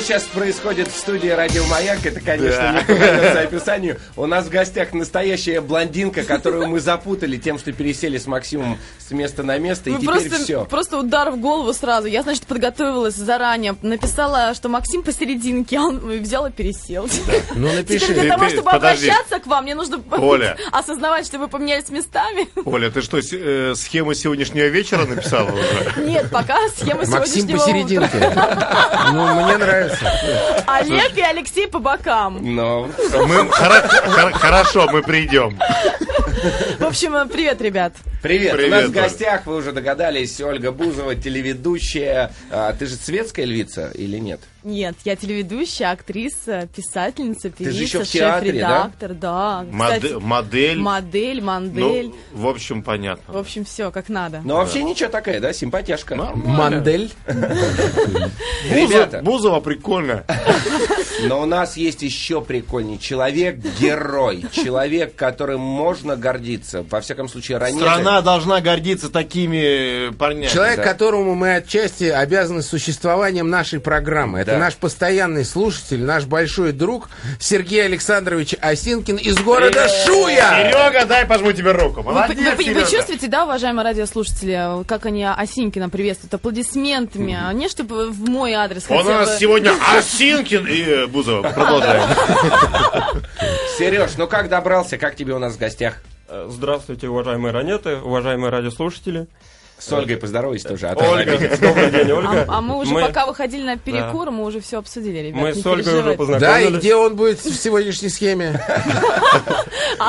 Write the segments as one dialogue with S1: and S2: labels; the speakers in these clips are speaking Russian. S1: сейчас происходит в студии Радио Маяк, это, конечно, не подается описанию. У нас в гостях настоящая блондинка, которую мы запутали тем, что пересели с Максимом с места на место, и
S2: Ну,
S1: теперь
S2: просто,
S1: все.
S2: просто удар в голову сразу. Я, значит, подготовилась заранее. Написала, что Максим посерединке, а он взял и пересел.
S3: Ну,
S2: Теперь
S3: напиши.
S2: для того,
S4: Ты-
S2: чтобы
S4: подожди.
S2: обращаться к вам, мне нужно
S4: Оля.
S2: осознавать, что вы поменялись местами.
S4: Оля, ты что, с- э, схему сегодняшнего вечера написала уже?
S2: Нет, пока схема
S3: Максим
S2: сегодняшнего утра.
S3: посерединке. Ну, мне нравится.
S2: Олег и Алексей по бокам.
S1: Но
S4: Мы- хоро- хор- Хорошо, мы придем.
S2: В общем, э, привет, ребят.
S1: привет.
S4: Привет,
S1: у нас в
S4: Оля.
S1: гостях, вы уже догадались, Ольга Бузова, телеведущая. А, ты же светская львица или нет?
S2: Нет, я телеведущая, актриса, писательница,
S1: же еще
S2: певица,
S1: в театре,
S2: шеф-редактор, да.
S4: Моде-
S2: Кстати,
S4: Модель.
S2: модель, мандель.
S4: Ну, в общем,
S2: В
S4: понятно.
S2: общем, все как надо.
S1: Ну, вообще ничего такая, да, симпатяшка.
S3: Мандель.
S1: Ребята.
S4: Бузова, Бузова прикольно.
S1: Но у нас есть еще прикольнее. Человек-герой. Человек, которым можно гордиться. Во всяком случае, ранее...
S4: Страна должна гордиться такими э, парнями.
S3: Человек,
S4: Да.
S3: которому мы отчасти обязаны существованием нашей программы. Это
S1: Да.
S3: наш постоянный слушатель, наш большой друг Сергей Александрович Осинкин из города
S4: Э,
S3: Шуя.
S4: Серега, дай пожму тебе руку.
S2: Вы,
S4: Молодец,
S2: вы- вы
S4: Серега.
S2: чувствуете, да, уважаемые радиослушатели, как они Осинкина приветствуют аплодисментами, а не чтобы в мой адрес
S4: Он у
S2: хотя
S4: нас
S2: бы-
S4: сегодня Осинкин и э, Бузова. Продолжаем.
S1: Сереж, ну как добрался? Как тебе у нас в гостях?
S5: Э, Здравствуйте, уважаемые ранеты, уважаемые радиослушатели.
S1: С Ольгой поздоровайся тоже. а то
S4: Ольга,
S1: обидит.
S5: Добрый день, Ольга.
S2: А, а мы уже
S5: Мы-
S2: пока выходили на перекур, мы уже все обсудили, ребят.
S5: Мы
S2: не
S5: с Ольгой уже
S2: переживайте.
S3: Да, и
S5: познакомились.
S3: где он будет в сегодняшней схеме?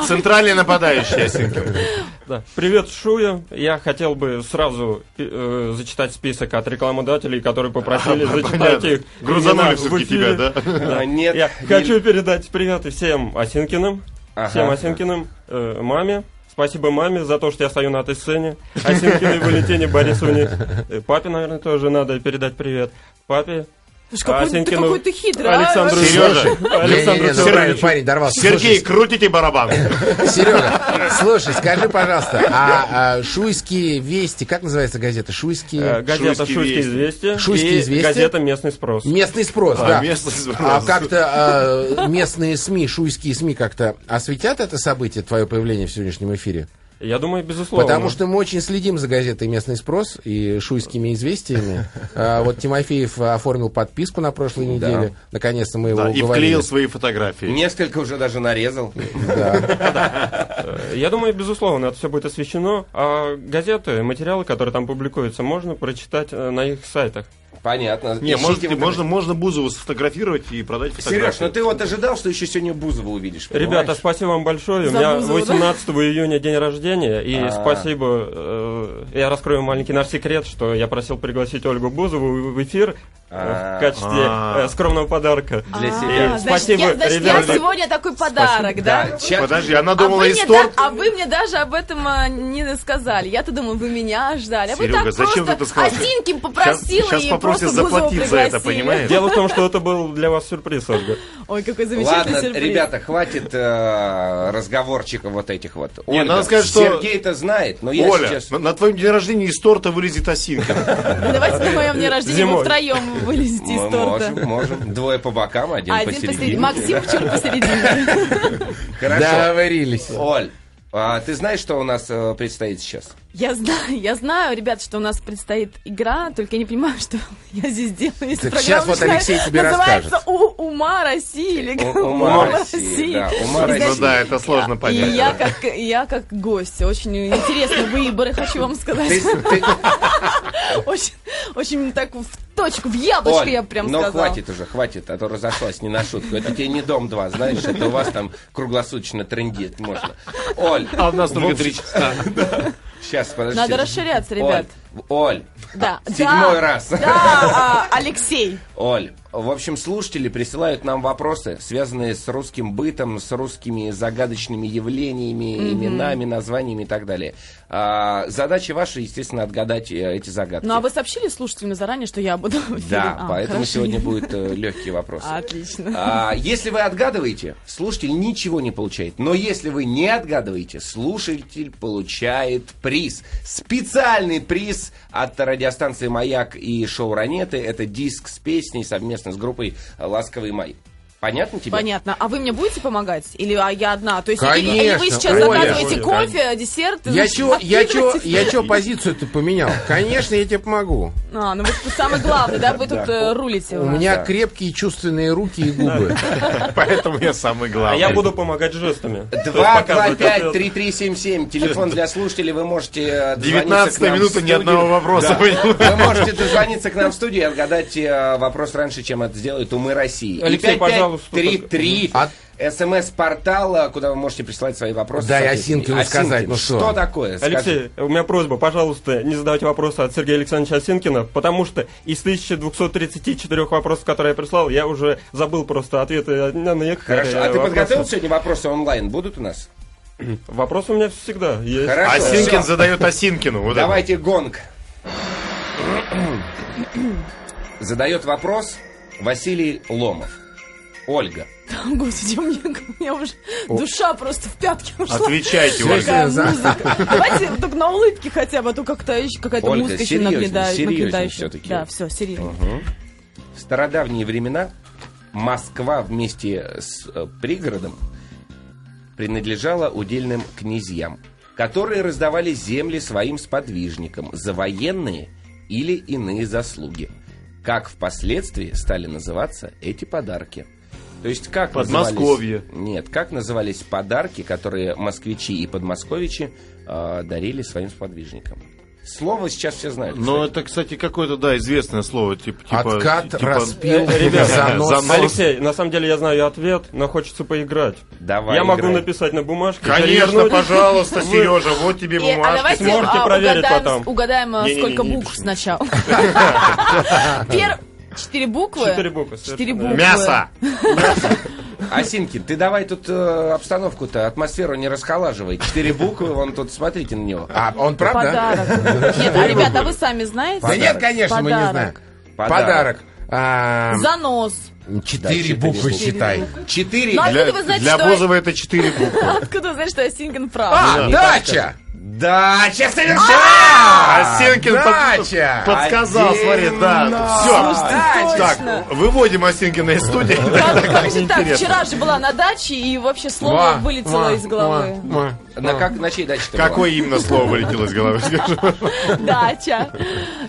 S4: центральный нападающий Осинкин.
S5: Да. Привет, Шуя. Я хотел бы сразу э, зачитать список от рекламодателей, которые попросили зачитать
S4: А, понятно.
S5: их.
S4: Грузанули
S5: имена в
S4: всё-таки
S5: эфире.
S4: тебя, да?
S1: А, нет,
S5: Я
S1: не-
S5: хочу передать привет и всем Осинкиным,
S1: Ага.
S5: всем Осинкиным, э, маме. Спасибо маме за то, что я стою на этой сцене. Осинкиной Валентине Борисовне. Э, Папе, наверное, тоже надо передать привет. Папе.
S2: Слушай, какой ты-
S5: Осинкину
S2: какой ты хитрый, а?
S5: Александру
S4: Сережа.
S5: Александру
S3: Не-не-не, ну,
S5: Сергеевичу.
S3: правильно, парень дорвался.
S4: Сергей,
S3: Слушай,
S4: крутите барабан.
S3: Серега, слушай, скажи, пожалуйста, а, а, шуйские вести, как называется газета?
S5: Э,
S3: Шуйские...
S5: Газета
S4: «Шуйские
S5: «Шуйские известия»
S3: «Шуйские
S5: и
S3: известия».
S5: газета «Местный спрос».
S3: Местный спрос,
S4: А,
S3: да.
S4: местный спрос.
S3: А как-то э, местные СМИ, шуйские СМИ как-то осветят это событие, твое появление в сегодняшнем эфире?
S5: Я думаю, безусловно.
S3: Потому что мы очень следим за газетой «Местный спрос» и шуйскими известиями. А, Вот Тимофеев оформил подписку на прошлой неделе. Наконец-то мы его
S4: Да, И
S3: уговорили.
S4: вклеил свои фотографии.
S1: Несколько уже даже нарезал.
S5: Э, Я думаю, безусловно, это все будет освещено. А газеты, материалы, которые там публикуются, можно прочитать э, на их сайтах.
S1: Понятно.
S4: Не,
S1: Ищите
S4: может,
S1: в
S4: можно, можно Бузову сфотографировать и продать фотографии.
S1: Сереж, ну ты вот ожидал, что еще сегодня Бузова увидишь.
S5: Ребята, спасибо вам большое. У
S2: За
S5: меня
S2: Бузову, да?
S5: 18 июня день рождения. И
S1: А.
S5: спасибо. э, Я раскрою маленький наш секрет, что я просил пригласить Ольгу Бузову в эфир э,
S1: А.
S5: в качестве
S4: А.
S5: э, скромного подарка.
S1: Для
S2: А,
S1: себя.
S2: значит,
S5: Спасибо,
S2: я, значит, я
S5: ребята.
S2: сегодня такой подарок, да?
S1: Да, ча-
S4: Подожди, она
S2: А вы,
S4: думала из
S2: мне да-
S4: торта.
S2: а вы мне даже об этом а, не сказали. Я-то думала, вы меня ждали. А
S4: Серега,
S2: вы так
S4: зачем ты это
S2: просто
S4: сказал?
S2: Осинкин попросила
S4: Щас- щас
S2: и
S4: попросит
S2: просто Бузову
S4: заплатить за это,
S2: пригласили.
S4: понимаешь?
S5: Дело в том, что это был для вас сюрприз, Ольга.
S2: Ой, какой замечательный
S1: Ладно,
S2: сюрприз.
S1: ребята, хватит э, разговорчиков вот этих вот.
S4: Не,
S1: Ольга,
S4: надо сказать, что-
S1: Сергей-то знает, но я
S4: Оля, ну,
S1: сейчас...
S4: на, на твоем дне рождения из торта вылезет осинка.
S2: Давайте на моем дне рождения вы
S5: Зимой.
S2: втроем вылезете
S1: Мы
S2: из торта.
S1: можем, можем. Двое по бокам, один,
S2: А один
S1: посередине.
S2: посередине. Максим вчера посередине.
S1: Хорошо.
S3: Договорились.
S1: Оль, а ты знаешь, что у нас э, предстоит сейчас?
S2: Я знаю, я знаю, ребят, что у нас предстоит игра, только я не понимаю, что я здесь делаю. Если
S3: Так
S2: программа
S3: сейчас вот Алексей
S2: начинает-
S3: тебе
S2: Называется «У- «Ума России» или
S1: У-
S2: как?
S1: «Ума России», да, «Ума
S2: И,
S1: России».
S4: Ну
S2: значит,
S4: да, это сложно
S2: И
S4: понять.
S2: я как, и я как гость. Очень интересный выбор, и хочу вам
S1: Ты-
S2: сказать.
S1: ты-
S2: Очень, очень так в точку, в яблочко
S1: Оль,
S2: я прям
S1: ну
S2: сказала.
S1: хватит уже, хватит, а то разошлась не на шутку. Это тебе не Дом-2, знаешь, это у вас там круглосуточно трендит можно. Оль,
S4: А у нас только три часа.
S1: сейчас, подожди.
S2: Надо расширяться, ребят.
S1: Оль, Оль,
S2: Да,
S1: седьмой
S2: да,
S1: раз.
S2: Да, а, Алексей.
S1: Оль, в общем, слушатели присылают нам вопросы, связанные с русским бытом, с русскими загадочными явлениями, именами, названиями и так далее. А, задача ваша, естественно, отгадать э, эти загадки.
S2: Ну а вы сообщили слушателям заранее, что я буду в эфире?
S1: Да,
S2: А,
S1: поэтому
S2: хорошо.
S1: сегодня будут э, легкие вопросы.
S2: Отлично.
S1: А, если вы отгадываете, слушатель ничего не получает. Но если вы не отгадываете, слушатель получает приз. Специальный приз приз от радиостанции «Маяк» и шоу «Ранеты». Это диск с песней совместно с группой «Ласковый май». Понятно тебе?
S2: Понятно. А вы мне будете помогать? Или а я одна? То есть, или- или вы
S3: Конечно,
S2: сейчас
S3: Оля.
S2: заказываете
S5: Оля,
S2: кофе, десерт?
S3: Я чё, я чё,
S2: откидываетесь?
S3: я чё позицию-то поменял? Конечно, я тебе помогу.
S2: А, ну вы тут самый главный, да? Вы тут э, рулите у
S3: У
S2: нас.
S3: меня крепкие чувственные руки и губы.
S4: Поэтому я самый
S5: А
S4: главный.
S5: я буду помогать жестами. То есть
S1: 2 2
S5: показывать
S1: 5
S5: ответ.
S1: 3 3 7 7 Телефон для слушателей. Вы можете э, дозвониться к
S4: 19
S1: нам в
S4: минута ни
S1: студию.
S4: одного вопроса.
S1: Да. Вы можете дозвониться к нам в студию и отгадать э, вопрос раньше, чем это сделают умы России.
S5: Алексей, пожалуйста,
S1: Три
S5: только-
S1: три.
S3: А-
S1: СМС-портала, куда вы можете присылать свои вопросы.
S3: Дай
S1: соответственно.
S3: Осинкину сказать, ну что?
S1: что? такое? Скажи.
S5: Алексей, у меня просьба, пожалуйста, не задавайте вопросы от Сергея Александровича Осинкина, потому что из 1234 вопросов, которые я прислал, я уже забыл просто ответы на на некоторые
S1: Хорошо. А ты
S5: вопросы.
S1: подготовил сегодня вопросы онлайн? Будут у нас?
S5: Вопросы у меня всегда есть.
S1: Хорошо.
S4: Осинкин
S1: Всё.
S4: задает Осинкину. Вот это.
S1: Давайте гонг. Задает вопрос Василий Ломов. Ольга.
S2: Господи, у меня, у меня уже душа просто в пятки ушла.
S4: Отвечайте, Ольга.
S2: Какая
S3: За-
S2: музыка. Давайте только на улыбке хотя бы, а то как-то еще какая-то
S1: Ольга,
S2: музыка еще
S1: серьезней,
S2: нагнетает.
S1: серьезней
S2: нагнетающая.
S1: всё-таки.
S2: Да, все, серьезно.
S1: В стародавние времена Москва вместе с э, пригородом принадлежала удельным князьям, которые раздавали земли своим сподвижникам за военные или иные заслуги. Как впоследствии стали называться эти подарки? То есть как
S4: Подмосковье.
S1: назывались- Нет, как назывались подарки, которые москвичи и подмосковичи э, дарили своим сподвижникам? Слово сейчас все знают.
S4: Ну, это, кстати, какое-то, да, известное слово. Типа, типа-
S3: Откат,
S4: типа-
S3: распил, занос.
S4: занос.
S5: Э, Алексей, на самом деле я знаю ответ, но хочется поиграть.
S1: Давай,
S5: я могу
S1: играй.
S5: написать на бумажке.
S4: Конечно,
S5: перевернуть.
S4: пожалуйста, Сережа, вот тебе
S2: И, а
S4: бумажка.
S2: давайте
S5: сможете
S2: а,
S5: проверить
S2: угадаем,
S5: потом.
S2: угадаем, а,
S4: Не-не-не,
S2: сколько
S4: не
S2: букв сначала. Пер- Четыре буквы?
S5: Четыре буквы,
S2: Четыре
S5: совершенно
S2: буквы.
S4: Мясо!
S1: Осинкин, ты давай тут э, обстановку-то, атмосферу не расхолаживай. Четыре буквы, вон тут смотрите на него.
S3: А он правда?
S2: Подарок. Нет, а, ребята, а вы сами знаете?
S3: Да нет, конечно, мы не знаем.
S2: Подарок.
S3: Подарок. А,
S2: Занос.
S1: Да, четыре
S3: Четыре буквы
S1: буквы.
S3: считай.
S1: Четыре.
S2: Ну, а
S4: Для,
S2: откуда вы знаете,
S4: для
S2: что-
S4: Бузова это четыре буквы.
S2: Откуда вы знаете, что Осинкин прав?
S3: А, дача!
S1: Да, сейчас
S4: А,
S1: совершенно!
S4: Осинкин под-
S3: Дача!
S4: подсказал,
S1: Один
S4: смотри, да. Все.
S2: Слушайте, точно.
S4: Так, выводим Осинкина из студии.
S2: Как, как же так?
S4: Интересно.
S2: Вчера же была на даче, и вообще слово
S3: Ма,
S2: вылетело
S3: ма,
S2: из головы.
S3: ма, ма.
S1: На, как, на чьей даче ты была?
S4: Какое именно слово вылетело из головы? Скажи.
S2: Дача.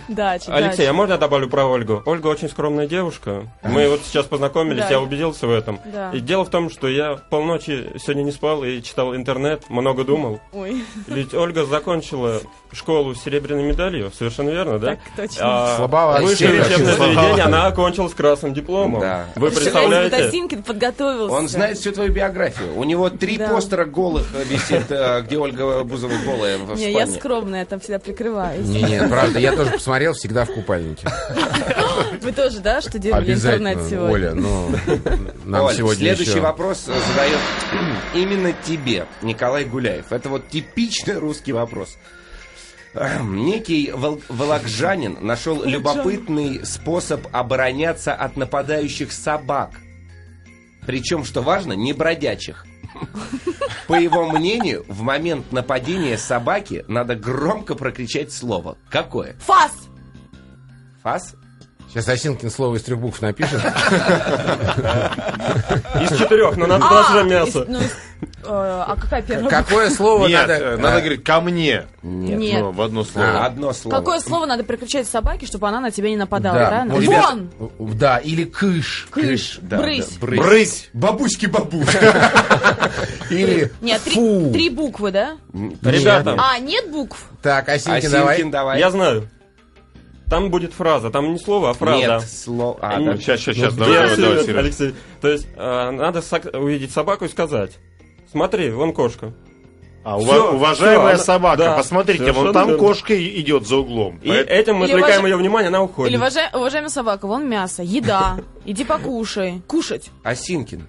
S2: Дача,
S5: Алексей,
S2: дача.
S5: а можно я добавлю про Ольгу? Ольга очень скромная девушка. Мы вот сейчас познакомились,
S2: Да.
S5: я убедился в этом.
S2: Да.
S5: И дело в том, что я полночи сегодня не спал и читал интернет, много думал.
S2: Ой,
S5: Ведь Ольга закончила школу с серебряной медалью, совершенно верно, да?
S2: так точно.
S5: А
S3: Слабовато.
S5: высшее
S3: Сережа,
S5: учебное
S4: слабовато.
S5: заведение она окончила с красным дипломом.
S1: Да.
S5: Вы
S2: Всё, Леонид
S5: представляете?
S2: Осинкин подготовился.
S1: Он знает всю твою биографию. У него три
S2: Да.
S1: постера голых э, висит, э, где Ольга Бузова голая в
S2: Не, я
S1: спальне.
S2: скромная, я там всегда прикрываюсь.
S3: Не, не, правда, я тоже посмотрел всегда в купальнике.
S2: Вы тоже, да, что делали интернет
S3: Обязательно,
S2: сегодня?
S3: Оля, ну, нам
S1: Оль,
S3: сегодня
S1: следующий
S3: еще-
S1: вопрос э, задает именно тебе, Николай Гуляев. Это вот типичный русский вопрос. Эм, Некий вол- волокжанин нашел любопытный способ обороняться от нападающих собак. Причем, что важно, не бродячих. По его мнению, в момент нападения собаки надо громко прокричать слово. Какое?
S2: Фас!
S1: Фас?
S3: Сейчас Осинкин слово из трех букв напишет.
S5: Из четырех, но надо было же мясо.
S2: А, из- ну, из- э, а какая первая?
S3: Какое слово
S4: Нет,
S3: надо...
S4: э, надо
S3: а,
S4: говорить ко мне.
S1: Нет.
S2: Нет.
S4: Ну, в одно
S3: А.
S4: слово.
S1: Одно слово.
S2: Какое слово надо прикричать собаке, чтобы она на тебя не нападала,
S3: да,
S2: правильно?
S3: может,
S2: Вон!
S3: в- Да, или кыш.
S2: Кыш,
S1: да, да,
S2: брысь.
S1: брысь.
S4: Брысь.
S1: Бабушки бабушки.
S3: Или
S2: Нет, три,
S3: фу.
S2: три буквы, да?
S5: Ребята,
S2: А, нет букв?
S3: Так, Осинкин,
S1: Осинкин, давай.
S3: давай.
S5: я знаю. Там будет фраза, там не слово, а фраза.
S1: Нет, слово. А,
S5: Ну,
S1: да.
S4: Сейчас, сейчас, сейчас.
S5: Я
S4: Давай, давай,
S5: серьезно,
S4: давай, Сереж.
S5: Алексей. То есть э, надо сак- увидеть собаку и сказать: Смотри, вон кошка.
S4: А,
S5: Всё,
S4: ува- уважаемая
S5: всё, она-
S4: собака,
S5: да,
S4: посмотрите,
S5: совершенно
S4: вон там
S5: верно.
S4: кошка и- идет за углом.
S5: И
S4: Поэт-
S5: этим мы
S2: Или
S5: отвлекаем
S2: важ-
S5: ее внимание, она уходит.
S2: Или уважа- уважаемая собака, вон мясо, еда, иди покушай, кушать.
S1: Осинкин.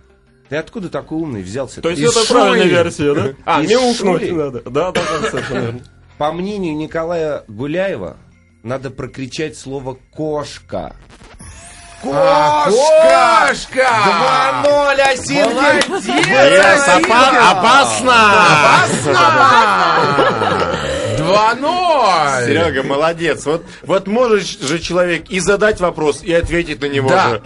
S1: Ты откуда такой умный взялся?
S5: То есть
S3: Из
S5: это
S3: Шуи.
S5: правильная версия, да? А,
S1: Из
S5: мяукнуть
S1: Шуи.
S5: надо. Да, да, да, совершенно верно.
S1: По мнению Николая Гуляева, надо прокричать слово «кошка».
S3: А, Кошка!
S1: 2-0, Осинкин!
S3: Молодец!
S4: Yes, опа- опасно!
S3: Опасно! Иванович!
S4: Серега, молодец. Вот, вот можешь же человек и задать вопрос, и ответить на него
S3: Да.
S4: же.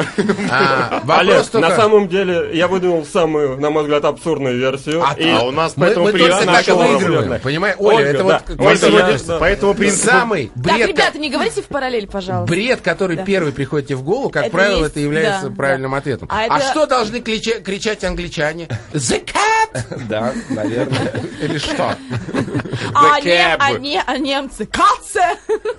S3: А,
S5: Олег,
S3: Вопрос
S5: на
S3: только...
S5: самом деле, я выдумал самую, на мой взгляд, абсурдную версию.
S3: А,
S5: И
S4: А у нас
S3: Мы,
S4: поэтому
S3: мы только так и
S5: нашел
S3: выигрываем.
S5: абсолютно.
S3: Понимаешь, Оля,
S5: Ольга,
S3: это
S5: да.
S3: вот
S5: Ольга,
S4: Мы
S3: вот
S4: сегодня
S5: я-
S4: по этому принципу...
S3: самый
S2: Так,
S3: бред,
S2: ребята, не говорите в параллель, пожалуйста.
S3: бред, который первый приходит тебе в голову, как
S2: Это
S3: правило,
S2: есть-
S3: это является
S2: да,
S3: правильным
S2: да.
S3: ответом. А,
S2: А это-
S3: что должны кличе- кричать англичане? The cat!
S1: Да, наверное.
S3: Или что?
S2: А,
S4: The
S2: не-
S4: cab.
S2: а, не- а немцы. Каце!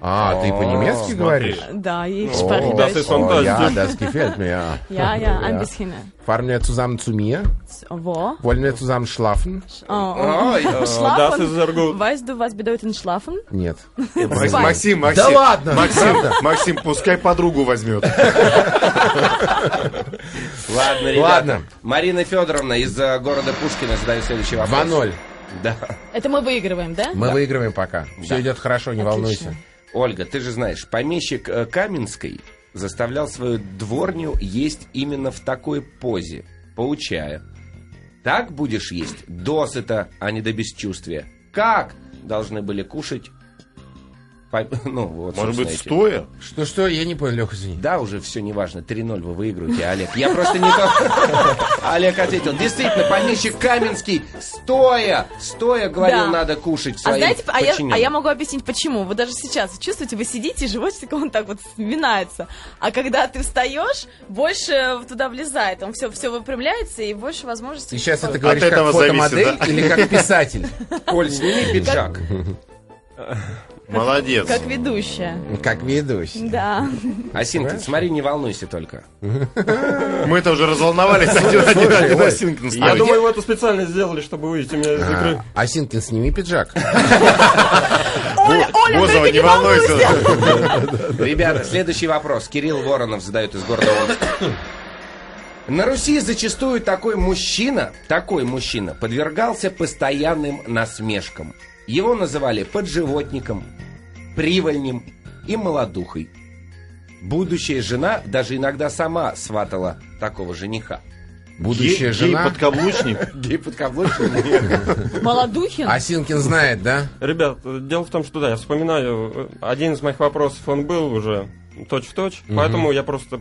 S3: А, ты по-немецки говоришь?
S2: Да, ich
S5: О, das
S2: spreche
S5: ist
S2: Deutsch.
S3: О, я,
S5: fantastisch.
S3: das gefällt mir.
S2: Ja, ja, ein bisschen.
S3: Fahren wir zusammen zu mir?
S2: Wo?
S3: Wollen wir zusammen schlafen?
S5: Э,
S2: Oh, oh.
S5: Das ist sehr gut.
S2: Weißt du, was bedeutet schlafen?
S3: Нет.
S4: Макс-
S2: Спать.
S4: Максим, Максим.
S3: Да ладно!
S4: Максим, Максим, пускай подругу возьмет.
S1: Ладно, ребята.
S3: Ладно.
S1: Марина Федоровна из э, города Пушкина задает следующий вопрос.
S3: 2-0.
S1: Да.
S2: Это мы выигрываем, да?
S3: Мы выигрываем пока. Все идет хорошо, не волнуйся.
S1: Ольга, ты же знаешь, помещик э, Каменской заставлял свою дворню есть именно в такой позе, получая. Так будешь есть досыта, а не до бесчувствия. Как должны были кушать... по- Ну, вот,
S4: Может
S1: собственно,
S4: быть,
S1: эти-
S4: стоя?
S3: Что-что, я не понял, Леха, извини.
S1: Да, уже все неважно. 3-0 вы выиграете, Олег. Я просто не то. Олег ответил. Действительно, помещик Каменский стоя, стоя говорил,
S2: Да.
S1: надо кушать
S2: А
S1: своим
S2: знаете, а я, а я
S1: подчиненным.
S2: могу объяснить, почему. Вы даже сейчас чувствуете, вы сидите, животик он так вот сминается. А когда ты встаешь, больше туда влезает. Он все, все выпрямляется и больше возможностей.
S3: Ты сейчас это говоришь как
S4: этого
S3: фотомодель
S4: зависит, да.
S3: или как писатель?
S1: Оль, сними пиджак.
S4: Молодец.
S2: Как ведущая.
S3: Как ведущий.
S2: Да.
S1: Асинка, смотри, не волнуйся только.
S4: Мы-то уже разволновались. Один, один, один,
S3: ой.
S4: Синкин
S5: Я
S4: ставит.
S5: думаю, вы это специально сделали, чтобы выйти меня из игры.
S3: А, Асинкин, сними пиджак.
S2: Оля, Оля,
S4: Бузова,
S2: только
S4: не волнуйся.
S1: Ребята, следующий вопрос. Кирилл Воронов задает из города Омск. На Руси зачастую такой мужчина, такой мужчина, подвергался постоянным насмешкам. Его называли подживотником, привольнем и молодухой. Будущая жена даже иногда сама сватала такого жениха.
S3: Будущая
S4: Гей-
S3: жена.
S4: гей-подкаблучник.
S2: Молодухин?
S3: Асинкин А знает, да?
S5: Ребят, э, дело в том, что да, я вспоминаю, э, один из моих вопросов, он был уже точь-в-точь, поэтому я просто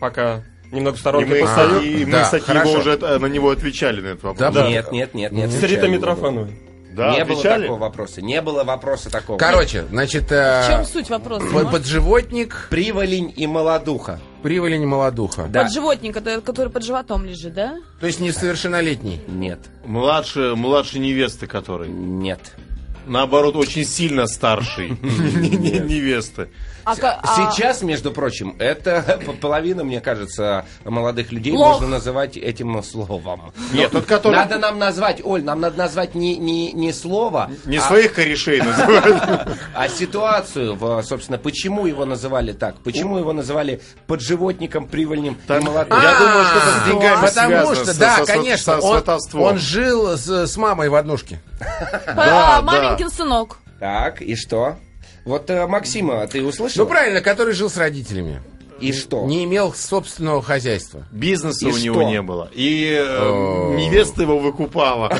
S5: пока немного в
S4: И
S5: сторонке
S4: мы,
S5: постою.
S4: кстати, и мы,
S3: А. Да,
S4: кстати,
S3: хорошо.
S4: его уже э, на него отвечали на этот вопрос.
S3: Да.
S1: Нет, нет, нет, нет.
S5: С
S1: отвечаю,
S5: Ритой
S1: не было.
S5: Митрофановой.
S1: не
S4: Да,
S1: было
S4: отвечали?
S1: такого вопроса. Не было вопроса такого.
S3: Короче, значит,
S2: В
S3: э,
S2: чем суть вопроса? Ну,
S3: под- подживотник,
S1: Приволень и молодуха.
S3: приволень, молодуха.
S1: Да.
S2: Подживотник, который, который под животом лежит, да?
S3: То есть несовершеннолетний.
S1: Нет,
S4: Младше, младше невесты, который.
S1: нет.
S4: Наоборот, очень сильно старший невесты.
S2: А, ка- а-
S1: Сейчас, между прочим, это п- половина, мне кажется, молодых людей
S2: Лох.
S1: можно называть этим словом.
S4: Нет, тот, который
S1: Надо нам назвать, Оль, нам надо назвать не, не, не слово,
S4: не
S1: а,
S4: своих корешей называют.
S1: а ситуацию, в, собственно, почему его называли так, почему его называли подживотником, привольним и молодым.
S3: А.
S4: Я думаю, что это с деньгами
S3: Потому
S4: связано,
S3: что,
S4: со-
S3: да,
S4: со- со-
S3: конечно,
S4: со
S3: он,
S4: сватовством.
S3: он жил с, с мамой в однушке.
S2: а,
S4: да,
S2: маменькин сынок.
S1: Так, и что? Вот э, Максима, ты услышал?
S3: Ну, правильно, который жил с родителями.
S1: И что?
S3: Не имел собственного хозяйства.
S4: Бизнеса
S1: И
S4: у него
S1: что?
S4: не было. И э, невеста его выкупала.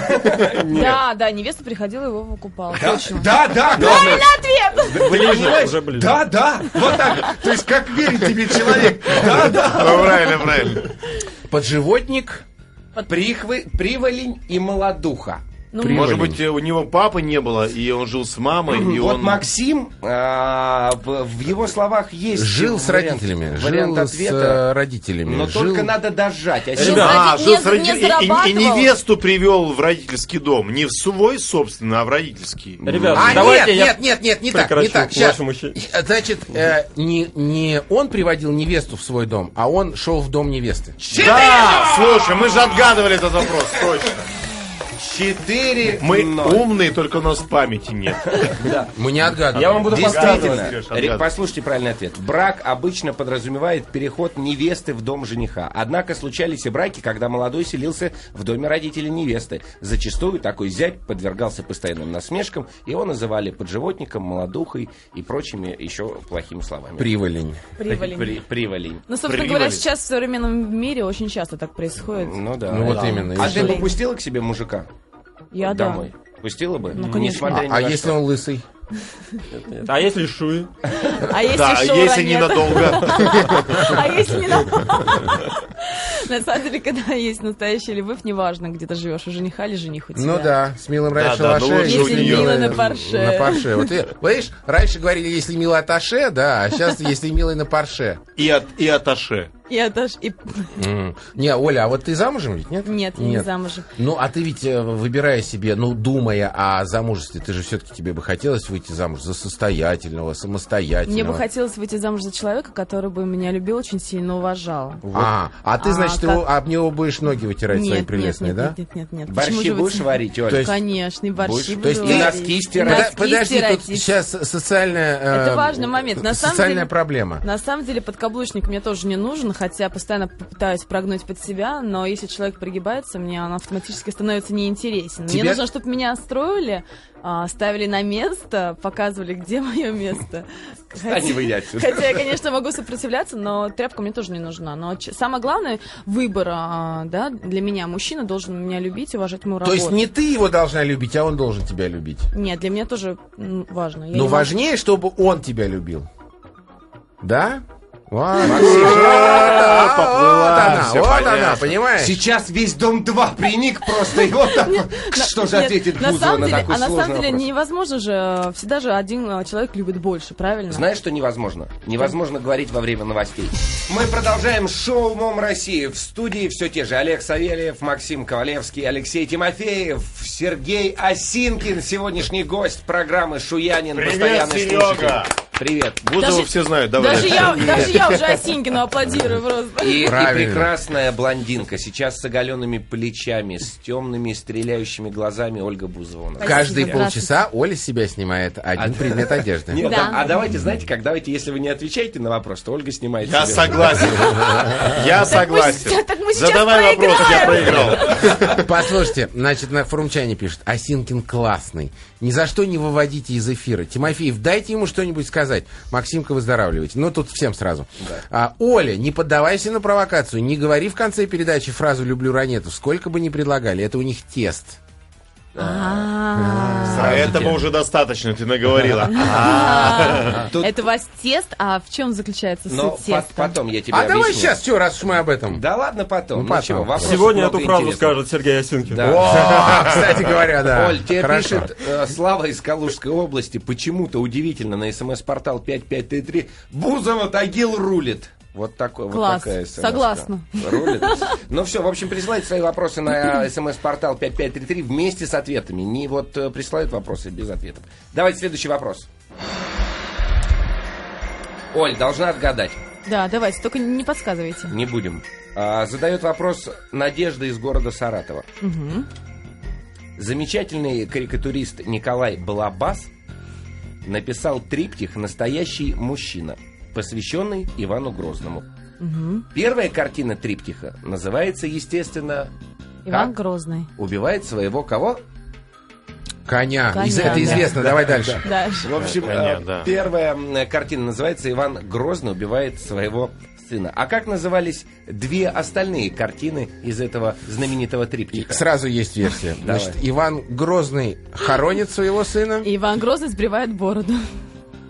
S2: Да, да, невеста приходила его выкупала.
S1: Да,
S2: Точно.
S1: да, да, главное.
S2: Ответ!
S5: Ближе, уже ближе.
S1: Да, да, вот так. То есть как верит тебе человек? Да, да.
S4: Ну, правильно, правильно.
S3: Подживотник,
S1: Прихвы, приволень и молодуха.
S2: Ну,
S3: При-
S4: Может быть, э, у него папы не было, и он жил с мамой, и
S1: вот
S4: он...
S1: Максим, а, в, в его словах есть
S3: жил с
S1: вариант-
S3: родителями.
S1: вариант
S3: Жил с
S1: ответа,
S3: э, родителями.
S1: но
S3: жил-
S1: только надо дожать. А
S2: Жил
S1: Сергей,
S4: А,
S2: с
S4: жил
S2: роди-
S4: с роди-
S2: не- не
S4: и- и- И
S2: зарабатывал.
S4: невесту привел в родительский дом. Не в свой, собственно, а в родительский.
S5: Ребят,
S3: А, нет,
S5: давайте я
S3: нет, нет, нет, не так, не
S5: прекращу
S3: так.
S5: к
S3: Щас.
S5: вашему щи-
S3: Э, Значит, э, не, не он приводил невесту в свой дом, а он шел в дом невесты.
S4: Да, слушай, мы же отгадывали этот вопрос, точно.
S1: Четыре
S4: Мы
S1: ноль.
S4: умные, только у нас памяти нет.
S3: Мы не отгадываем.
S5: Я вам буду
S1: Действительно,
S4: Отгадывай, Сереж,
S1: Ре-
S4: отгадывай.
S1: послушайте правильный ответ. Брак обычно подразумевает переход невесты в дом жениха. Однако случались и браки, когда молодой селился в доме родителей невесты. Зачастую такой зять подвергался постоянным насмешкам, его называли подживотником, молодухой и прочими еще плохими словами.
S3: Приволень.
S2: Приволень.
S1: При- приволень.
S2: Ну, собственно
S4: Приволень.
S2: говоря, сейчас в современном мире очень часто так происходит.
S1: Ну да.
S3: Ну вот
S1: Да.
S3: именно.
S1: А
S3: И что?
S1: ты попустила к себе мужика
S2: Я да.
S1: домой? отпустила бы? Ну,
S2: конечно.
S3: А,
S1: Несмотря ни
S3: а
S1: на
S3: если
S1: что.
S3: он лысый?
S5: А если шуи?
S2: А если
S4: Да,
S2: шоура
S4: если
S2: нет?
S4: ненадолго.
S2: А если не надо? На самом деле, когда есть настоящая любовь, неважно, где ты живешь, у жениха или жених у тебя.
S3: Ну да, с милым раньше
S4: да,
S3: лаше.
S4: но лучше
S2: Если у неё. милый на парше.
S3: На парше. Вот, э, видишь, раньше говорили, если милый аташе, да, а сейчас если милый на парше.
S4: И, от, и аташе.
S2: И отош- и-
S3: М. Не, Оля, а вот ты замужем ведь, нет?
S2: Нет, я не замужем.
S3: Ну, а ты ведь, э, выбирая себе, ну, думая о замужестве, ты же все-таки тебе бы хотелось выйти замуж за состоятельного, самостоятельного.
S2: Мне бы хотелось выйти замуж за человека, который бы меня любил очень сильно уважал.
S3: А, а ты,
S2: А,
S3: значит,
S2: как-
S3: его- об него будешь ноги вытирать свои
S2: Нет, нет,
S3: прелестные,
S2: нет,
S3: да?
S2: нет, нет, нет, нет. Почему
S1: Борщи
S2: же вы-
S1: будешь варить, Оль?
S3: То есть-
S2: Конечно, и
S1: Будешь?
S2: борщи
S1: То
S2: буду
S1: есть ты
S2: варить.
S1: носки стирать?
S2: Носки
S1: Подо-
S3: Подо- Подожди, тут
S2: стирать.
S3: сейчас социальная... э,
S2: Это важный момент. На самом
S3: социальная
S2: деле-
S3: проблема.
S2: На самом деле подкаблучник мне тоже не нужен, хотя постоянно пытаюсь прогнуть под себя, но если человек прогибается, мне он автоматически становится неинтересен.
S3: Тебе-
S2: Мне нужно, чтобы меня строили, а, ставили на место, показывали, где мое место.
S1: Встань и выйди отсюда.
S2: хотя я, конечно, могу сопротивляться, но тряпка мне тоже не нужна. Но ч- самое главное выбор а, да, для меня. Мужчина должен меня любить, уважать мою
S3: То
S2: работу.
S3: есть не ты его должна любить, а он должен тебя любить.
S2: Нет, для меня тоже м, важно. Я не
S3: Но
S2: могу-
S3: важнее, чтобы он тебя любил. Да? Вот,
S4: А,
S3: вот
S4: поплыла,
S3: она,
S4: всё
S3: вот она,
S4: понятно.
S3: понимаешь?
S1: Сейчас весь дом 2 приник просто, и вот там,
S2: На-
S1: что же
S2: нет,
S1: ответит
S2: на
S1: Бузова
S2: самом
S1: на
S2: деле,
S1: такой
S2: А на самом
S1: сложный
S2: деле
S1: вопрос?
S2: невозможно же, э, всегда же один э, человек любит больше, правильно?
S1: Знаешь, что невозможно? Невозможно говорить во время новостей. Мы продолжаем шоу «Мом России». В студии все те же Олег Савельев, Максим Ковалевский, Алексей Тимофеев, Сергей Осинкин. Сегодняшний гость программы «Шуянин».
S4: Привет,
S1: постоянный
S4: Серега!
S1: слушатель. Привет.
S4: Бузову все знают, давай.
S2: даже, я, даже я уже Осинкину аплодирую просто.
S1: И, и
S3: Правильно.
S1: прекрасная блондинка, сейчас с оголенными плечами, с темными стреляющими глазами Ольга Бузова. у нас.
S3: Каждые
S2: Спасибо.
S3: полчаса Оля с себя снимает один предмет одежды.
S1: Нет,
S2: Да.
S1: а, а давайте, знаете как, давайте, если вы не отвечаете на вопрос, то Ольга снимает
S4: Я
S1: себе.
S4: согласен. Я согласен.
S2: так мы сейчас
S4: Задавай вопрос, я проиграл.
S3: Послушайте, значит, на форумчане пишет, Осинкин классный. Ни за что не выводите из эфира. Тимофеев, дайте ему что-нибудь сказать. Максимка, выздоравливайте. Ну, тут всем сразу. А, Оля, не поддавайся на провокацию. Не говори в конце передачи фразу «люблю ранету». Сколько бы ни предлагали, это у них тест.
S2: А,
S4: А этого уже достаточно, ты наговорила.
S1: А, Тут-
S2: Это у вас тест, а в чем заключается
S1: Но
S2: суть
S1: по-
S2: теста?
S1: потом я тебе
S3: А давай
S1: объясню.
S3: сейчас, что, раз уж мы об этом.
S1: Да ладно потом.
S3: Ну,
S1: Ну,
S3: потом.
S1: чего, вопросов
S5: Сегодня
S1: много
S5: эту фразу
S1: интересного.
S5: скажет Сергей Осинкин.
S1: Да.
S3: О, кстати говоря, да.
S1: Оль, тебе
S3: Хорошо.
S1: пишет э, Слава из Калужской области. Почему-то удивительно на смс-портал 5533 Бузова Тагил рулит. Вот такой
S2: Класс.
S1: вот такая смс.
S2: Согласна.
S1: Рулит. Ну все, в общем, присылайте свои вопросы на э, смс-портал 5533 вместе с ответами. Не вот э, присылают вопросы без ответов. Давайте следующий вопрос. Оль, должна отгадать.
S2: Да, давайте, только не подсказывайте.
S1: Не будем. А, задает вопрос Надежда из города Саратова. Замечательный карикатурист Николай Балабас написал триптих «Настоящий мужчина», посвященный Ивану Грозному. Первая картина триптиха называется, естественно,
S2: Иван
S1: как?
S2: Грозный.
S1: «Убивает своего кого?»
S3: Коня.
S2: Коня,
S3: Из- Это
S2: да.
S3: известно, давай дальше.
S2: Да.
S1: В общем,
S4: Коня,
S1: э,
S4: да.
S1: первая м, картина называется «Иван Грозный убивает своего сына». А как назывались две остальные картины из этого знаменитого
S3: И
S1: триптиха?
S3: Сразу есть версия.
S1: Давай.
S3: Значит, Иван Грозный хоронит своего сына.
S2: И Иван Грозный сбривает бороду.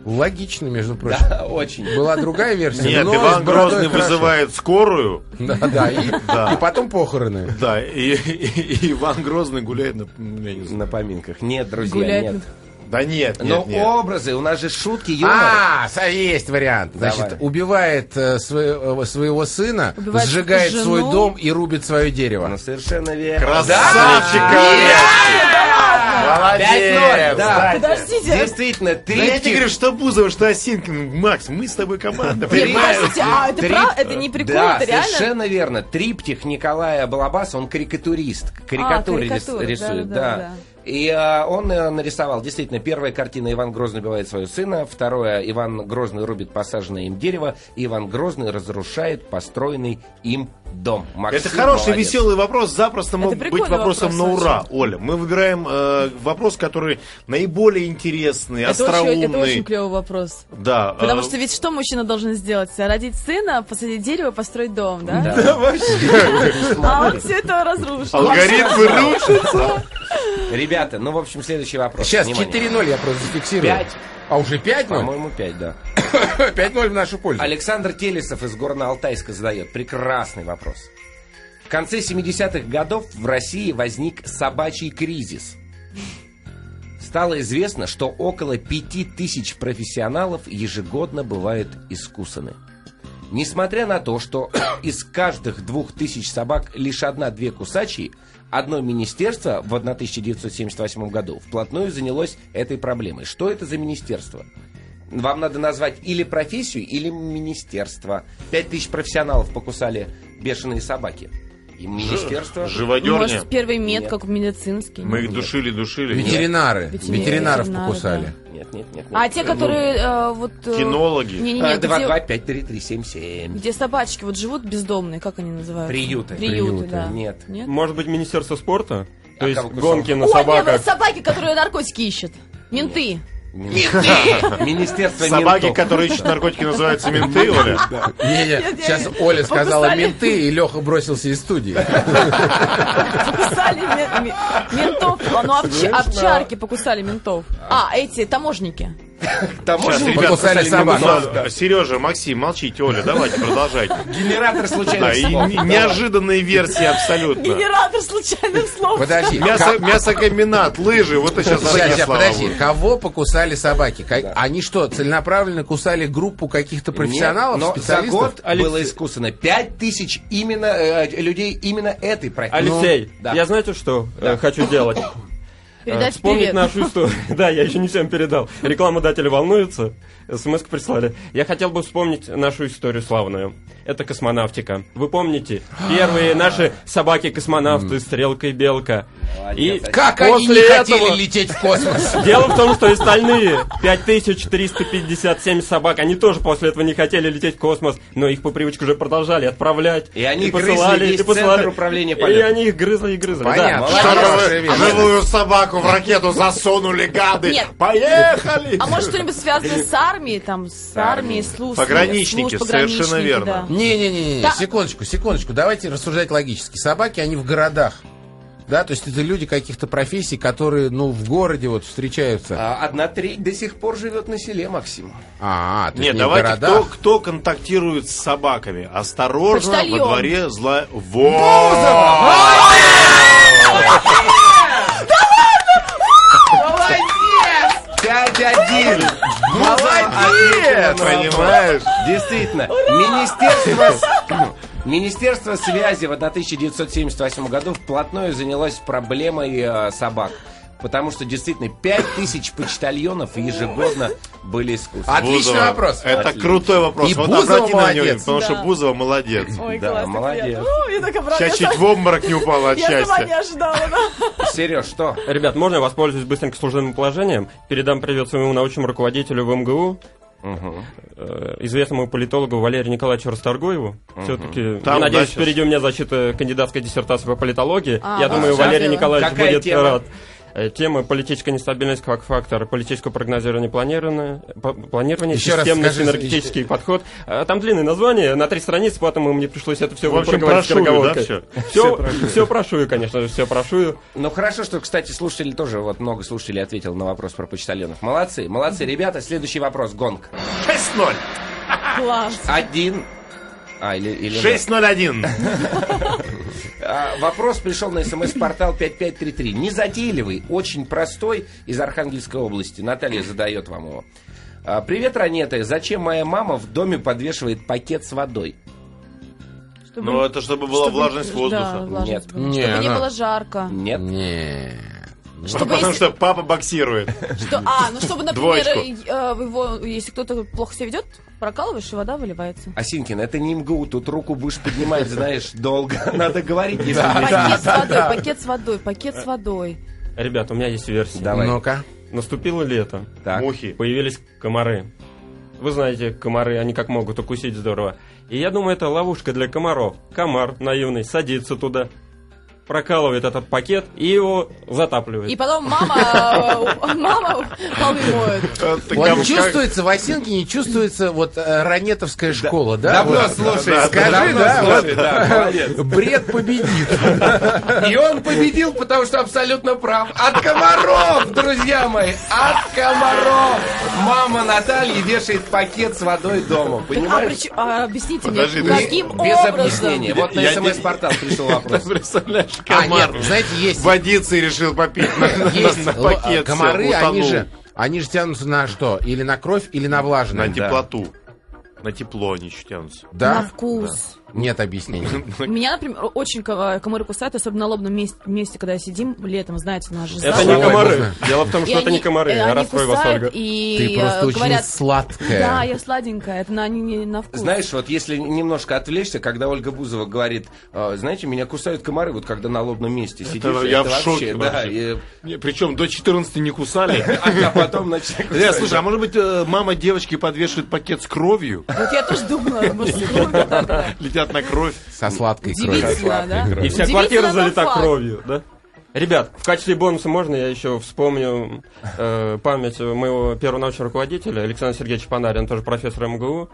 S3: Логично, между прочим.
S1: Да, очень.
S3: Была другая версия.
S4: Нет,
S3: но
S4: Иван
S3: с бородой
S4: Грозный
S3: хорошо.
S4: вызывает скорую.
S3: Да, да, и,
S4: Да.
S3: и потом похороны.
S4: Да, и, и- и Иван Грозный гуляет на... ну, я не знаю. Ну,
S1: На поминках. Нет, друзья,
S2: Гуляет
S1: нет.
S4: Да нет, нет,
S1: Но
S4: нет.
S1: образы, у нас же шутки, юмор.
S3: А, со- есть вариант. Значит,
S1: Давай.
S3: убивает э, свое- э, своего сына,
S2: Убивает
S3: сжигает
S2: жену.
S3: свой дом и рубит свое
S1: Ну,
S3: дерево.
S1: совершенно верно.
S4: Красавчик, Олег! Молодец!
S1: 5-0, да.
S4: Кстати,
S2: Подождите,
S1: Действительно,
S4: Да я тебе
S1: триптих.
S4: говорю, что Бузова, что Осинкин. Макс, мы с тобой команда.
S2: Нет,
S4: понимаешь?
S2: подождите, а это
S1: Три-
S2: прав- это не прикол,
S1: да,
S2: это реально
S1: совершенно верно. Триптих Николая Балабаса, он карикатурист. Карикатуры рис-
S2: карикатуры,
S1: рисует, да.
S2: да-да-да,
S1: И а, он э, нарисовал, действительно, первая картина «Иван Грозный убивает своего сына», второе «Иван Грозный рубит посаженное им дерево», и «Иван Грозный разрушает построенный им дом». Максим,
S4: Это хороший,
S1: молодец.
S4: веселый вопрос, запросто мог быть
S2: прикольный
S4: вопросом
S2: вопрос,
S4: на ура, Оля. Мы выбираем э, вопрос, который наиболее интересный,
S2: Это очень,
S4: остроумный.
S2: это очень клевый вопрос.
S4: Да. э,
S2: Потому что ведь что мужчина должен сделать? Родить сына, посадить дерево, построить дом, да?
S1: Да.
S2: А он все это разрушил.
S4: алгоритмы рушатся.
S1: Ребята, ну, в общем, следующий вопрос.
S3: Сейчас
S1: Внимание.
S3: 4-0 я просто зафиксирую.
S1: Пять.
S3: А уже 5-0?
S1: По-моему, 5, да.
S3: 5-0 в нашу пользу.
S1: Александр Телесов из Горно-Алтайска задает прекрасный вопрос. В конце 70-х годов в России возник собачий кризис. Стало известно, что около 5000 профессионалов ежегодно бывают искусаны. Несмотря на то, что из каждых двух тысяч собак лишь одна-две кусачие, одно министерство в 1978 году вплотную занялось этой проблемой. Что это за министерство? Вам надо назвать или профессию, или министерство. Пять тысяч профессионалов покусали бешеные собаки. И министерство...
S4: Живодерня.
S2: Может, первый мед,
S1: Нет.
S2: как у медицинский.
S4: Мы их душили, душили.
S3: Ветеринары.
S2: Ветеринары,
S3: Ветеринаров
S2: да.
S3: покусали.
S1: Нет, нет, нет. Ну, нет.
S2: А те, которые э, вот... э,
S4: Кинологи.
S2: Не-не-не, где-
S1: 2, 2, 5, 3, 3, 7, 7.
S2: Где собачки вот живут бездомные, как они называются?
S1: Приюты.
S2: Приюты,
S3: Приюты.
S2: да.
S1: Нет.
S2: Нет?
S5: Может быть, Министерство спорта? То
S1: А
S5: есть
S1: кого кусал?
S5: гонки на
S2: Ой, нет,
S5: собаках.
S2: вот собаки, которые наркотики ищут. Менты.
S1: Министерство
S4: Собаки,
S1: ментов.
S4: которые ищут наркотики, называются менты, Оля.
S3: Не, не,
S2: Нет, я
S3: сейчас
S2: не-
S3: Оля сказала
S2: покусали.
S3: менты, и Леха бросился из студии.
S2: Покусали мен- мен- ментов. А, Ну, обч- обчарки покусали ментов. А, эти таможники.
S1: Таможенные
S4: Сейчас, ребят,
S1: покусали
S3: покусали собак.
S1: ментов.
S4: Ну, а, Сережа, Максим, молчите, Оля, давайте продолжайте.
S1: Генератор случайно.
S4: Да, и не- неожиданные версии абсолютно.
S2: Генератор случайных слов.
S3: Подожди. э,
S4: Мясо, мясокомбинат, лыжи, вот сейчас
S3: Сейчас,
S4: такие
S3: сейчас,
S4: слова
S3: подожди.
S4: будут.
S3: Кого покусали собаки? Ка- Они что, целенаправленно кусали группу каких-то профессионалов,
S1: но за
S3: специалистов?
S1: год было искусано 5 тысяч именно, э, людей именно этой профессии.
S5: Алексей,
S1: Ну, да.
S5: я знаете, что э, хочу делать? Э,
S2: Передать
S5: Вспомнить
S2: привет.
S5: нашу историю. Да, я еще не всем передал. Рекламодатели волнуются. смс прислали. Я хотел бы вспомнить нашу историю славную. Это космонавтика. Вы помните, первые наши собаки-космонавты, стрелка и белка. И
S1: Молодец,
S3: Как они
S5: после
S3: не
S5: этого-
S3: хотели лететь в космос?
S5: Дело в том, что и остальные 5357 собак, они тоже после этого не хотели лететь в космос, но их по привычке уже продолжали отправлять.
S1: И они грызли
S5: посылали,
S1: весь
S5: и посылали.
S1: центр управления
S5: И
S1: полетом.
S5: они их грызли и грызли.
S3: Понятно.
S5: Да.
S1: молодец.
S3: Хорошая
S4: Чтобы
S3: вещь.
S4: живую собаку в ракету засунули, гады.
S2: Нет.
S4: Поехали!
S2: А может, что-нибудь связанное с армией, там, с армией, служб.
S4: Пограничники,
S2: служб,
S4: совершенно
S2: пограничники,
S4: верно.
S2: да.
S3: Не-не-не,
S2: Да.
S3: секундочку, секундочку. Давайте рассуждать логически. Собаки, они в городах. Да, то есть это люди каких-то профессий, которые, ну, в городе вот встречаются.
S1: А, Одна треть до сих пор живет на селе, Максим.
S3: А, то есть
S4: Нет,
S3: не в
S4: давайте, кто,
S3: городах.
S4: кто контактирует с собаками? Осторожно, во
S2: Почтальон.
S4: дворе зла... Во!
S1: Молодец! 5-1!
S4: Молодец, понимаешь?
S1: Действительно, Министерство, Министерство связи в 1978 году вплотную занялось проблемой э, собак. Потому что действительно 5000 почтальонов ежегодно были искусственными.
S3: Отличный
S4: Бузова.
S3: вопрос.
S4: Это
S1: Отлично.
S4: крутой вопрос.
S3: И
S4: вот
S3: Бузова
S4: обрати на него,
S3: молодец.
S4: потому что
S2: Да.
S4: Бузова молодец.
S2: Ой,
S1: Да,
S2: классно,
S1: молодец.
S2: приятно. О, я так обрадовалась.
S4: Сейчас чуть в обморок не упала от
S2: Я сама не
S4: счастья.
S2: ожидала, да.
S1: Сереж, что?
S5: Ребят, можно я воспользуюсь быстренько служебным положением? Передам привет своему научному руководителю в МГУ, э, известному политологу Валерию Николаевичу Расторгуеву. Все-таки,
S4: Там,
S5: надеюсь,
S4: да, щас.
S5: впереди у меня защита кандидатской диссертации по политологии.
S2: А,
S5: Я
S2: да,
S5: думаю,
S2: всё
S5: Валерий
S2: дело.
S5: Николаевич
S1: Какая
S5: будет
S1: тема?
S5: рад. Э, Тема политическая нестабильность как фактор политического прогнозирования планирования, п- планирования
S3: Еще раз
S5: системный
S3: скажи,
S5: синергетический
S4: э,
S5: подход. А, Там длинное название, на три страницы, поэтому мне пришлось это все
S4: В общем,
S5: выпарковать
S4: прошую, да,
S5: скороговоркой.
S4: всё?
S5: Все, все прошую, конечно же, все прошую.
S1: Ну хорошо, что, кстати, слушатели тоже, вот много слушателей ответил на вопрос про почтальонов. Молодцы, молодцы, ребята. Следующий вопрос, гонг.
S4: 6-0.
S2: Класс.
S1: Один. А, или, или
S4: 6-0-1.
S1: А, Вопрос пришел на смс-портал 5533. Незатейливый, очень простой, из Архангельской области. Наталья задает вам его. А, Привет, Ранета. Зачем моя мама в доме подвешивает пакет с водой?
S2: Чтобы-
S4: Ну, это чтобы была
S2: чтобы-
S4: влажность
S2: Да,
S4: воздуха.
S2: влажность
S1: Нет.
S2: воздуха.
S3: Не,
S2: Чтобы не
S3: она-
S2: было жарко.
S1: Нет.
S3: Нет.
S2: Чтобы
S4: Потому
S2: если-
S4: что папа боксирует.
S2: Что, а, ну чтобы, например,
S4: Двоечку.
S2: э, э, его, если кто-то плохо себя ведет, прокалываешь, и вода выливается.
S1: Осинкин, это не МГУ, тут руку будешь поднимать, знаешь, долго. Надо говорить, если не-
S2: Пакет с водой, пакет с водой, пакет с водой.
S5: Ребят, у меня есть версия.
S1: Давай.
S3: Ну-ка.
S5: Наступило лето,
S1: Так.
S4: Мухи.
S5: появились комары. Вы знаете, комары, они как могут укусить здорово. И я думаю, это ловушка для комаров. Комар наивный садится туда, прокалывает этот пакет и его затапливает.
S2: И потом мама, э, мама полы моет.
S3: Вот чувствуется, в Осинкине чувствуется вот э, ранетовская школа, да?
S1: Давно
S3: Вот.
S1: слушай,
S4: да,
S1: скажи,
S3: давно
S1: да,
S3: слушай,
S1: вот, да, молодец.
S3: Бред победит.
S1: И он победил, потому что абсолютно прав. От комаров, друзья мои, от комаров. Мама Натальи вешает пакет с водой дома,
S2: А
S1: понимаешь?
S2: причем- а объясните мне,
S4: Подожди, подожди.
S2: каким
S1: Без
S2: образом?
S1: объяснения. Вот на
S4: Я тебе-
S1: смс-портал пришел вопрос.
S4: Представляешь,
S3: А,
S4: комар.
S3: нет, знаете, есть
S4: Водицы решил попить на, на-
S3: есть
S4: на
S3: л-
S4: пакет. всё,
S3: комары, они
S4: утонул.
S3: же, они же тянутся на что? Или на кровь, или на
S4: На
S3: влажную.
S4: теплоту. На тепло они еще тянутся.
S2: На
S3: Да?
S2: вкус.
S3: Нет объяснений.
S2: Меня, например, очень ко- комары кусают, особенно на лобном месте, месте, когда сидим летом, знаете, у нас же
S5: Это
S2: зал.
S5: не
S3: Ой,
S5: комары.
S3: можно.
S5: Дело в том,
S2: И
S5: что это
S2: они-
S5: не комары,
S2: э,
S5: я
S2: они
S5: расстроилась Ольга.
S2: кусают и
S3: Ты просто
S2: э,
S3: очень
S2: говорят, да,
S3: сладкая.
S2: я сладенькая, это на, не, не на вкус.
S1: Знаешь, вот если немножко отвлечься, когда Ольга Бузова говорит, э, знаете, меня кусают комары, вот когда на лобном месте сидишь, это
S4: я в
S1: вообще,
S4: шоке
S1: да,
S4: вообще.
S1: и-
S4: Причем до 14 не кусали.
S1: а потом начинаю
S4: Э, слушай, а может быть, э, мама девочки подвешивает пакет с кровью?
S2: Вот я тоже думала, ну, может, сколько так, да.
S4: Летят на кровь.
S3: Со сладкой кровью.
S2: удивительно, да?
S5: И вся
S2: Удивительно,
S5: квартира
S2: но
S5: залита
S2: факт.
S5: кровью, да? Ребят, в качестве бонуса можно я еще вспомню э, память моего первого научного руководителя, Александра Сергеевича Панарина, тоже профессор МГУ.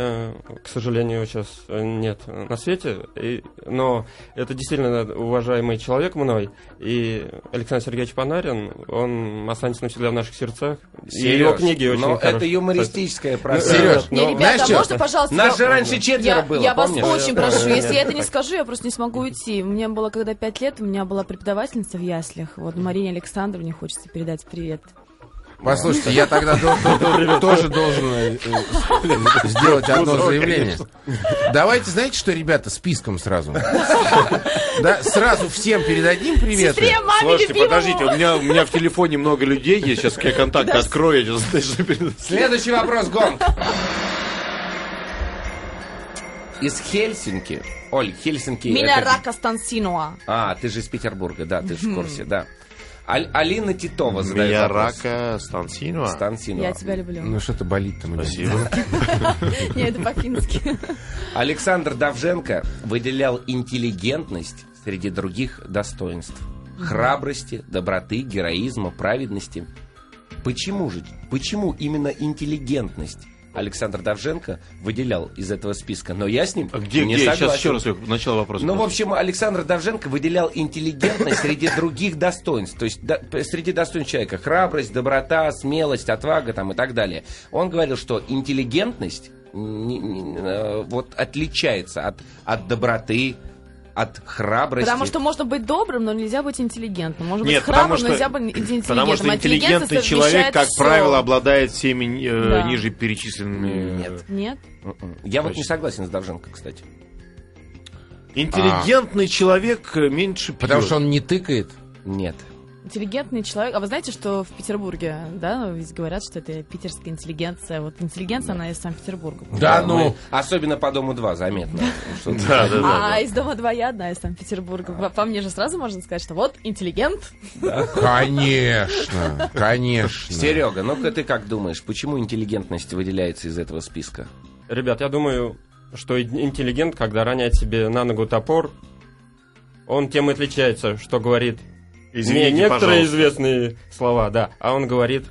S5: Э, к сожалению, сейчас нет на свете, и- но это действительно уважаемый человек мной. И Александр Сергеевич Панарин, он останется навсегда в наших сердцах. И его
S1: Серёж,
S5: книги очень
S1: Но это
S5: хорошие.
S1: юмористическая
S5: Ну,
S1: программа.
S5: Серёж,
S2: Не,
S5: Ну,
S2: ребята,
S3: знаешь
S2: а
S3: чё?
S2: можно, пожалуйста, я-
S1: Нас же раньше четверо
S2: я,
S1: было,
S2: я вас
S1: помнишь?
S2: очень прошу, если я это не скажу, я просто не смогу уйти. Мне было когда пять лет, у меня была преподавательница в яслях. Вот Марине Александровне хочется передать привет.
S3: Послушайте, я тогда до- до- до- тоже должен э, э, сделать одно заявление. Давайте, знаете что, ребята, списком сразу. Да, сразу всем передадим приветы.
S2: Сестре, маме,
S4: Слушайте,
S2: любимому!
S4: подождите, у меня, у меня в телефоне много людей есть, сейчас я контакты открою, я сейчас перед-
S1: Следующий вопрос, Гонг. Из Хельсинки. Оль, Хельсинки...
S2: Меня
S1: это-
S2: рака Стансинуа.
S1: А, ты же из Петербурга, да, ты же в курсе, да. Аль- Алина Титова задает
S4: Меня
S1: вопрос.
S4: рака Стансинова.
S1: Стансинова.
S2: Я тебя люблю.
S3: Ну что-то болит там. у меня.
S4: Спасибо.
S2: Не, это по-фински.
S1: Александр Давженко выделял интеллигентность среди других достоинств. Храбрости, доброты, героизма, праведности. Почему же? Почему именно интеллигентность Александр Давженко выделял из этого списка? Но я с ним
S4: А Где,
S1: не
S4: где?
S1: согласен.
S4: Сейчас еще раз, Лёх, начало вопроса.
S1: Ну, в общем, Александр Давженко выделял интеллигентность среди других достоинств. То есть да- среди достоинств человека храбрость, доброта, смелость, отвага там, и так далее. Он говорил, что интеллигентность не- не- э, вот, отличается от, от доброты, от храбрости.
S2: Потому что можно быть добрым, но нельзя быть интеллигентным. Можно быть
S4: Нет,
S2: храбрым,
S4: потому что,
S2: но нельзя быть интеллигентным.
S4: потому что
S2: А интеллигенция
S4: интеллигентный человек,
S2: совмещает
S4: как
S2: всё.
S4: правило, обладает всеми э,
S2: Да.
S4: ниже перечисленными.
S1: Нет.
S2: Нет?
S1: М-м. Я вот не согласен с Давженко, кстати.
S4: А. Интеллигентный человек э, меньше
S3: Потому
S4: пьёт.
S3: что он не тыкает.
S1: Нет.
S2: Интеллигентный человек. А вы знаете, что в Петербурге, да, ведь говорят, что это питерская интеллигенция. Вот интеллигенция, она из Санкт-Петербурга.
S3: Да
S1: Мы-
S3: ну.
S1: Особенно по дому 2 заметно. что-
S4: Да, да, да.
S2: А из дома два я одна из Санкт-Петербурга. По- По мне же сразу можно сказать, что вот интеллигент.
S3: Конечно, конечно.
S1: Серега, ну-ка ты как думаешь, почему интеллигентность выделяется из этого списка?
S5: Ребят, я думаю, что ин- интеллигент, когда роняет себе на ногу топор, он тем и отличается, что говорит
S4: Извините,
S5: не некоторые
S4: пожалуйста.
S5: известные слова, да, а он говорит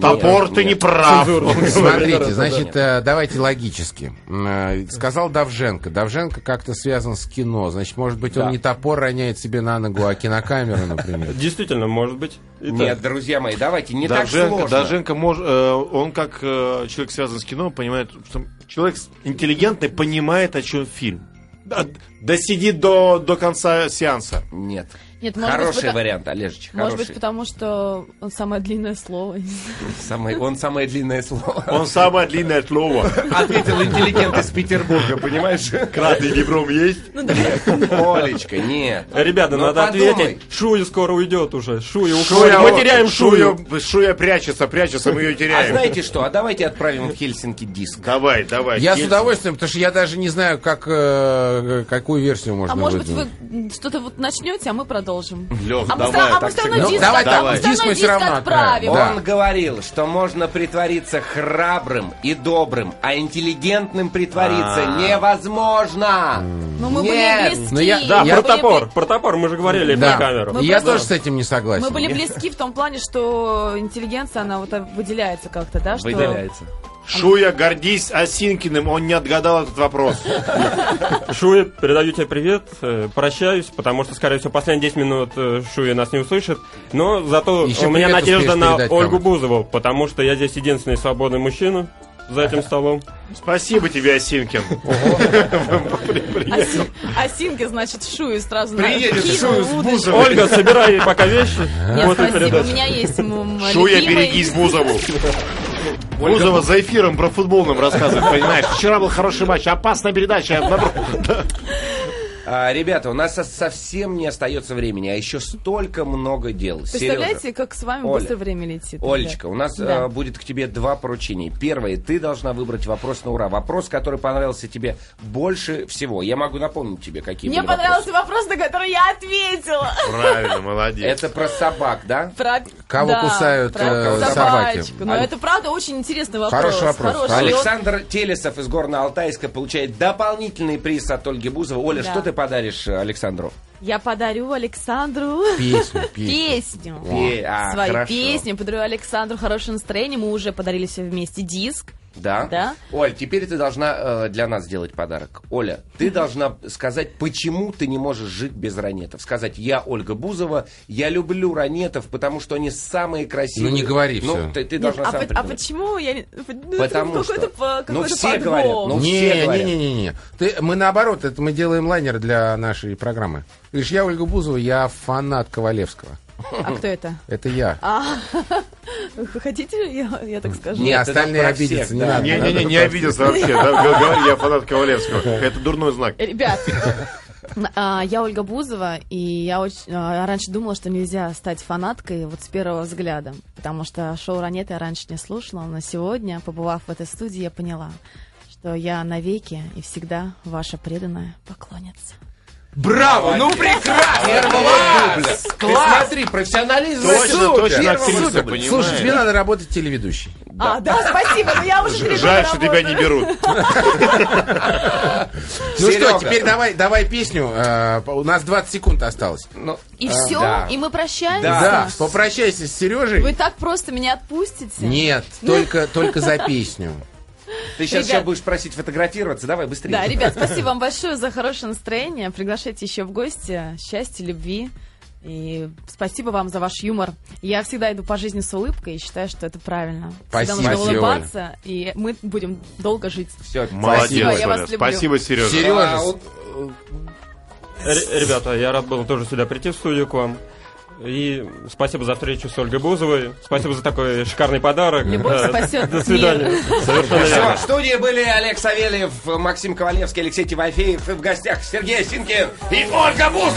S4: Топор,
S1: Нет,
S4: ты не
S1: нет.
S4: прав.
S5: цензуру.
S3: Смотрите, значит, э, давайте логически. Э, Сказал Давженко. Давженко как-то связан с кино. Значит, может быть, он
S1: Да.
S3: не топор роняет себе на ногу, а кинокамеру, например.
S5: Действительно, может быть. и так.
S1: Нет, друзья мои, давайте, не так
S4: Даженко,
S1: сложно.
S4: Даженко мож- э, он как э, человек связан с кино, понимает, что человек с- интеллигентный понимает, о чем фильм. Да, досидит до, до конца сеанса.
S1: Нет.
S2: Нет, может
S1: Хороший
S2: быть, пота-
S1: вариант, Олежич,
S2: Может
S1: хороший.
S2: быть, потому что он самое длинное слово.
S1: Самое- он самое длинное слово.
S4: Он самое длинное слово.
S1: Ответил интеллигент из Петербурга, понимаешь?
S4: Кратный гибром есть?
S1: Олечка, нет.
S5: Ребята,
S1: Ну,
S5: надо
S1: подумай.
S5: ответить. Шуя скоро уйдет уже. Шуя уходит. Мы теряем Шую.
S4: Шую. Шуя прячется, прячется, мы ее
S1: А
S4: теряем.
S1: знаете что, а давайте отправим в Хельсинки диск.
S4: Давай, давай.
S3: Я с
S4: Ельцин.
S3: удовольствием, потому что я даже не знаю, как, э, какую версию
S2: А
S3: можно
S2: может быть,
S3: выдвинуть.
S2: вы м, что-то вот начнете, а мы продолжим.
S4: Лёх,
S2: А мы
S4: давай,
S2: всё равно- а мы
S4: так
S2: всё равно
S4: всегда. Ну,
S2: диск
S3: давай,
S2: отправим,
S4: давай.
S2: всё равно
S3: Диск мы всё
S2: диск
S3: равно
S2: отправим.
S3: отправим. Да.
S1: Он говорил, что можно притвориться храбрым и добрым, а интеллигентным притвориться невозможно.
S2: Но мы
S1: Нет.
S2: были близки.
S3: Ну, я-
S5: Да,
S2: мы
S5: про
S2: были
S5: топор,
S2: бли-
S5: про топор, мы же говорили про камеру.
S3: И я
S2: просто-
S3: тоже с этим не согласен.
S2: Мы были близки в том плане, что интеллигенция, она вот так выделяется как-то, да? Что...
S1: Выделяется.
S4: Шуя, гордись Осинкиным, он не отгадал этот вопрос.
S5: Шуя, передаю тебе привет, э, прощаюсь, потому что, скорее всего, последние 10 минут э, Шуя нас не услышит. Но зато
S3: Ещё
S5: у меня
S3: привет
S5: надежда
S3: успеешь
S5: на
S3: передать
S5: Ольгу
S3: кому-то.
S5: Бузову, потому что я здесь единственный свободный мужчина за этим столом.
S4: Спасибо тебе, Осинкин.
S2: Оси- Осинки, А значит, шую сразу на
S4: Приедет
S2: кину
S4: Шуя с
S2: удочку.
S4: Бузовой.
S5: Ольга, собирай пока вещи.
S2: Нет,
S5: вот и
S2: спасибо, у
S5: передача.
S2: меня есть м, м,
S4: Шуя,
S2: любимый.
S4: берегись Бузову. Бузова за эфиром про футбол нам рассказывает, понимаешь? Вчера был хороший матч, опасная передача.
S1: А, ребята, у нас со- совсем не остается времени, а еще столько много дел.
S2: Представляете,
S1: Сережа,
S2: как с вами
S1: Оля.
S2: быстро время летит.
S1: Олечка, у нас
S2: Да.
S1: э, будет к тебе два поручения. Первое, ты должна выбрать вопрос на ура. Вопрос, который понравился тебе больше всего. Я могу напомнить тебе, какие
S2: Мне
S1: были вопросы.
S2: понравился вопрос, на который я ответила.
S4: Правильно, молодец.
S1: Это про собак, да?
S2: Про-
S3: Кого кусают,
S2: про
S3: э,
S2: собачку.
S3: собаки.
S2: Но это правда очень интересный вопрос.
S3: Хороший вопрос.
S2: И он-
S1: Александр Телесов из Горно-Алтайска получает дополнительный приз от Ольги Бузова. Оля,
S2: Да.
S1: что ты подаришь э, Александру?
S2: Я подарю Александру
S3: Песню, песню.
S2: песню.
S1: Пе- а,
S2: Свою
S1: хорошо.
S2: песню подарю Александру хорошее настроение. Мы уже подарили все вместе диск.
S1: Да.
S2: Да.
S1: Оль, теперь ты должна э, для нас сделать подарок. Оля, ты должна сказать, почему ты не можешь жить без ранетов. Сказать, я Ольга Бузова, я люблю ранетов, потому что они самые красивые.
S3: Ну, не говори
S1: Ну,
S3: всё.
S1: ты, ты
S2: Нет,
S1: должна
S2: а,
S1: сама
S2: по- а
S1: придумать.
S2: почему я не... ну, это
S1: Потому что...
S2: какой-то по-
S1: ну,
S2: какой-то
S1: все
S2: подвох.
S1: говорят. Ну, все
S3: Не, не,
S1: говорят.
S3: не, не, не. Ты, мы наоборот, это мы делаем лайнер для нашей программы. Ты Говоришь, я Ольга Бузова, я фанат Ковалевского.
S2: А кто это?
S3: Это я.
S2: А, Вы хотите, я, я так скажу?
S1: Нет, это
S3: остальные
S1: про всех,
S3: обидятся, не
S1: да.
S3: надо.
S4: Не-не-не, не обиделся вообще. Да, г- говорю, Я фанат Ковалевского. Это дурной знак.
S2: Ребят, н- а, я Ольга Бузова, и я очень, а, раньше думала, что нельзя стать фанаткой вот с первого взгляда, потому что шоу «Ранет» я раньше не слушала, но сегодня, побывав в этой студии, я поняла, что я навеки и всегда ваша преданная поклонница.
S3: Браво! Ну прекрасно!
S1: Класс!
S3: Ты смотри, профессионализм.
S4: Точно,
S3: супер!
S4: точно,
S3: Первый
S4: актриса,
S3: супер.
S4: понимаешь?
S3: Слушай, тебе надо работать Ну телеведущей.
S2: А, да, спасибо, но я уже три года
S4: Жаль, что тебя не
S2: работаю.
S4: берут.
S3: Ну
S1: Серега.
S3: что, теперь давай, давай песню. э, У нас 20 секунд осталось.
S1: Ну,
S2: И все,
S1: да.
S2: и мы прощаемся?
S3: Да, попрощайся с
S2: Вы
S3: Сережей.
S2: так просто меня отпустите?
S3: Нет, только, только за песню.
S1: ты сейчас
S2: Ребят.
S1: еще будешь просить фотографироваться. Давай быстрее.
S2: Да, ребят, спасибо вам большое за хорошее настроение. Приглашайте еще в гости. Счастья, любви. И спасибо вам за ваш юмор. Я всегда иду по жизни с улыбкой и считаю, что это правильно.
S3: Спасибо,
S2: всегда нужно
S3: Оля.
S2: улыбаться, и мы будем долго жить.
S1: Все,
S4: Молодец,
S2: Спасибо, я вас
S4: Оля.
S2: люблю.
S4: Спасибо, Сережа.
S3: Сережа,
S1: А, вот-
S5: Р- Ребята, я рад был тоже сюда прийти в студию к вам. И спасибо за встречу с Ольгой Бузовой. Спасибо за такой шикарный подарок.
S2: Любовь
S5: Да,
S2: спасет
S5: До свидания.
S2: мир.
S5: Совершенно
S1: Всё,
S5: верно.
S1: в студии были Олег Савельев, Максим Ковалевский, Алексей Тимофеев и в гостях Сергей Синкин и Ольга Бузова.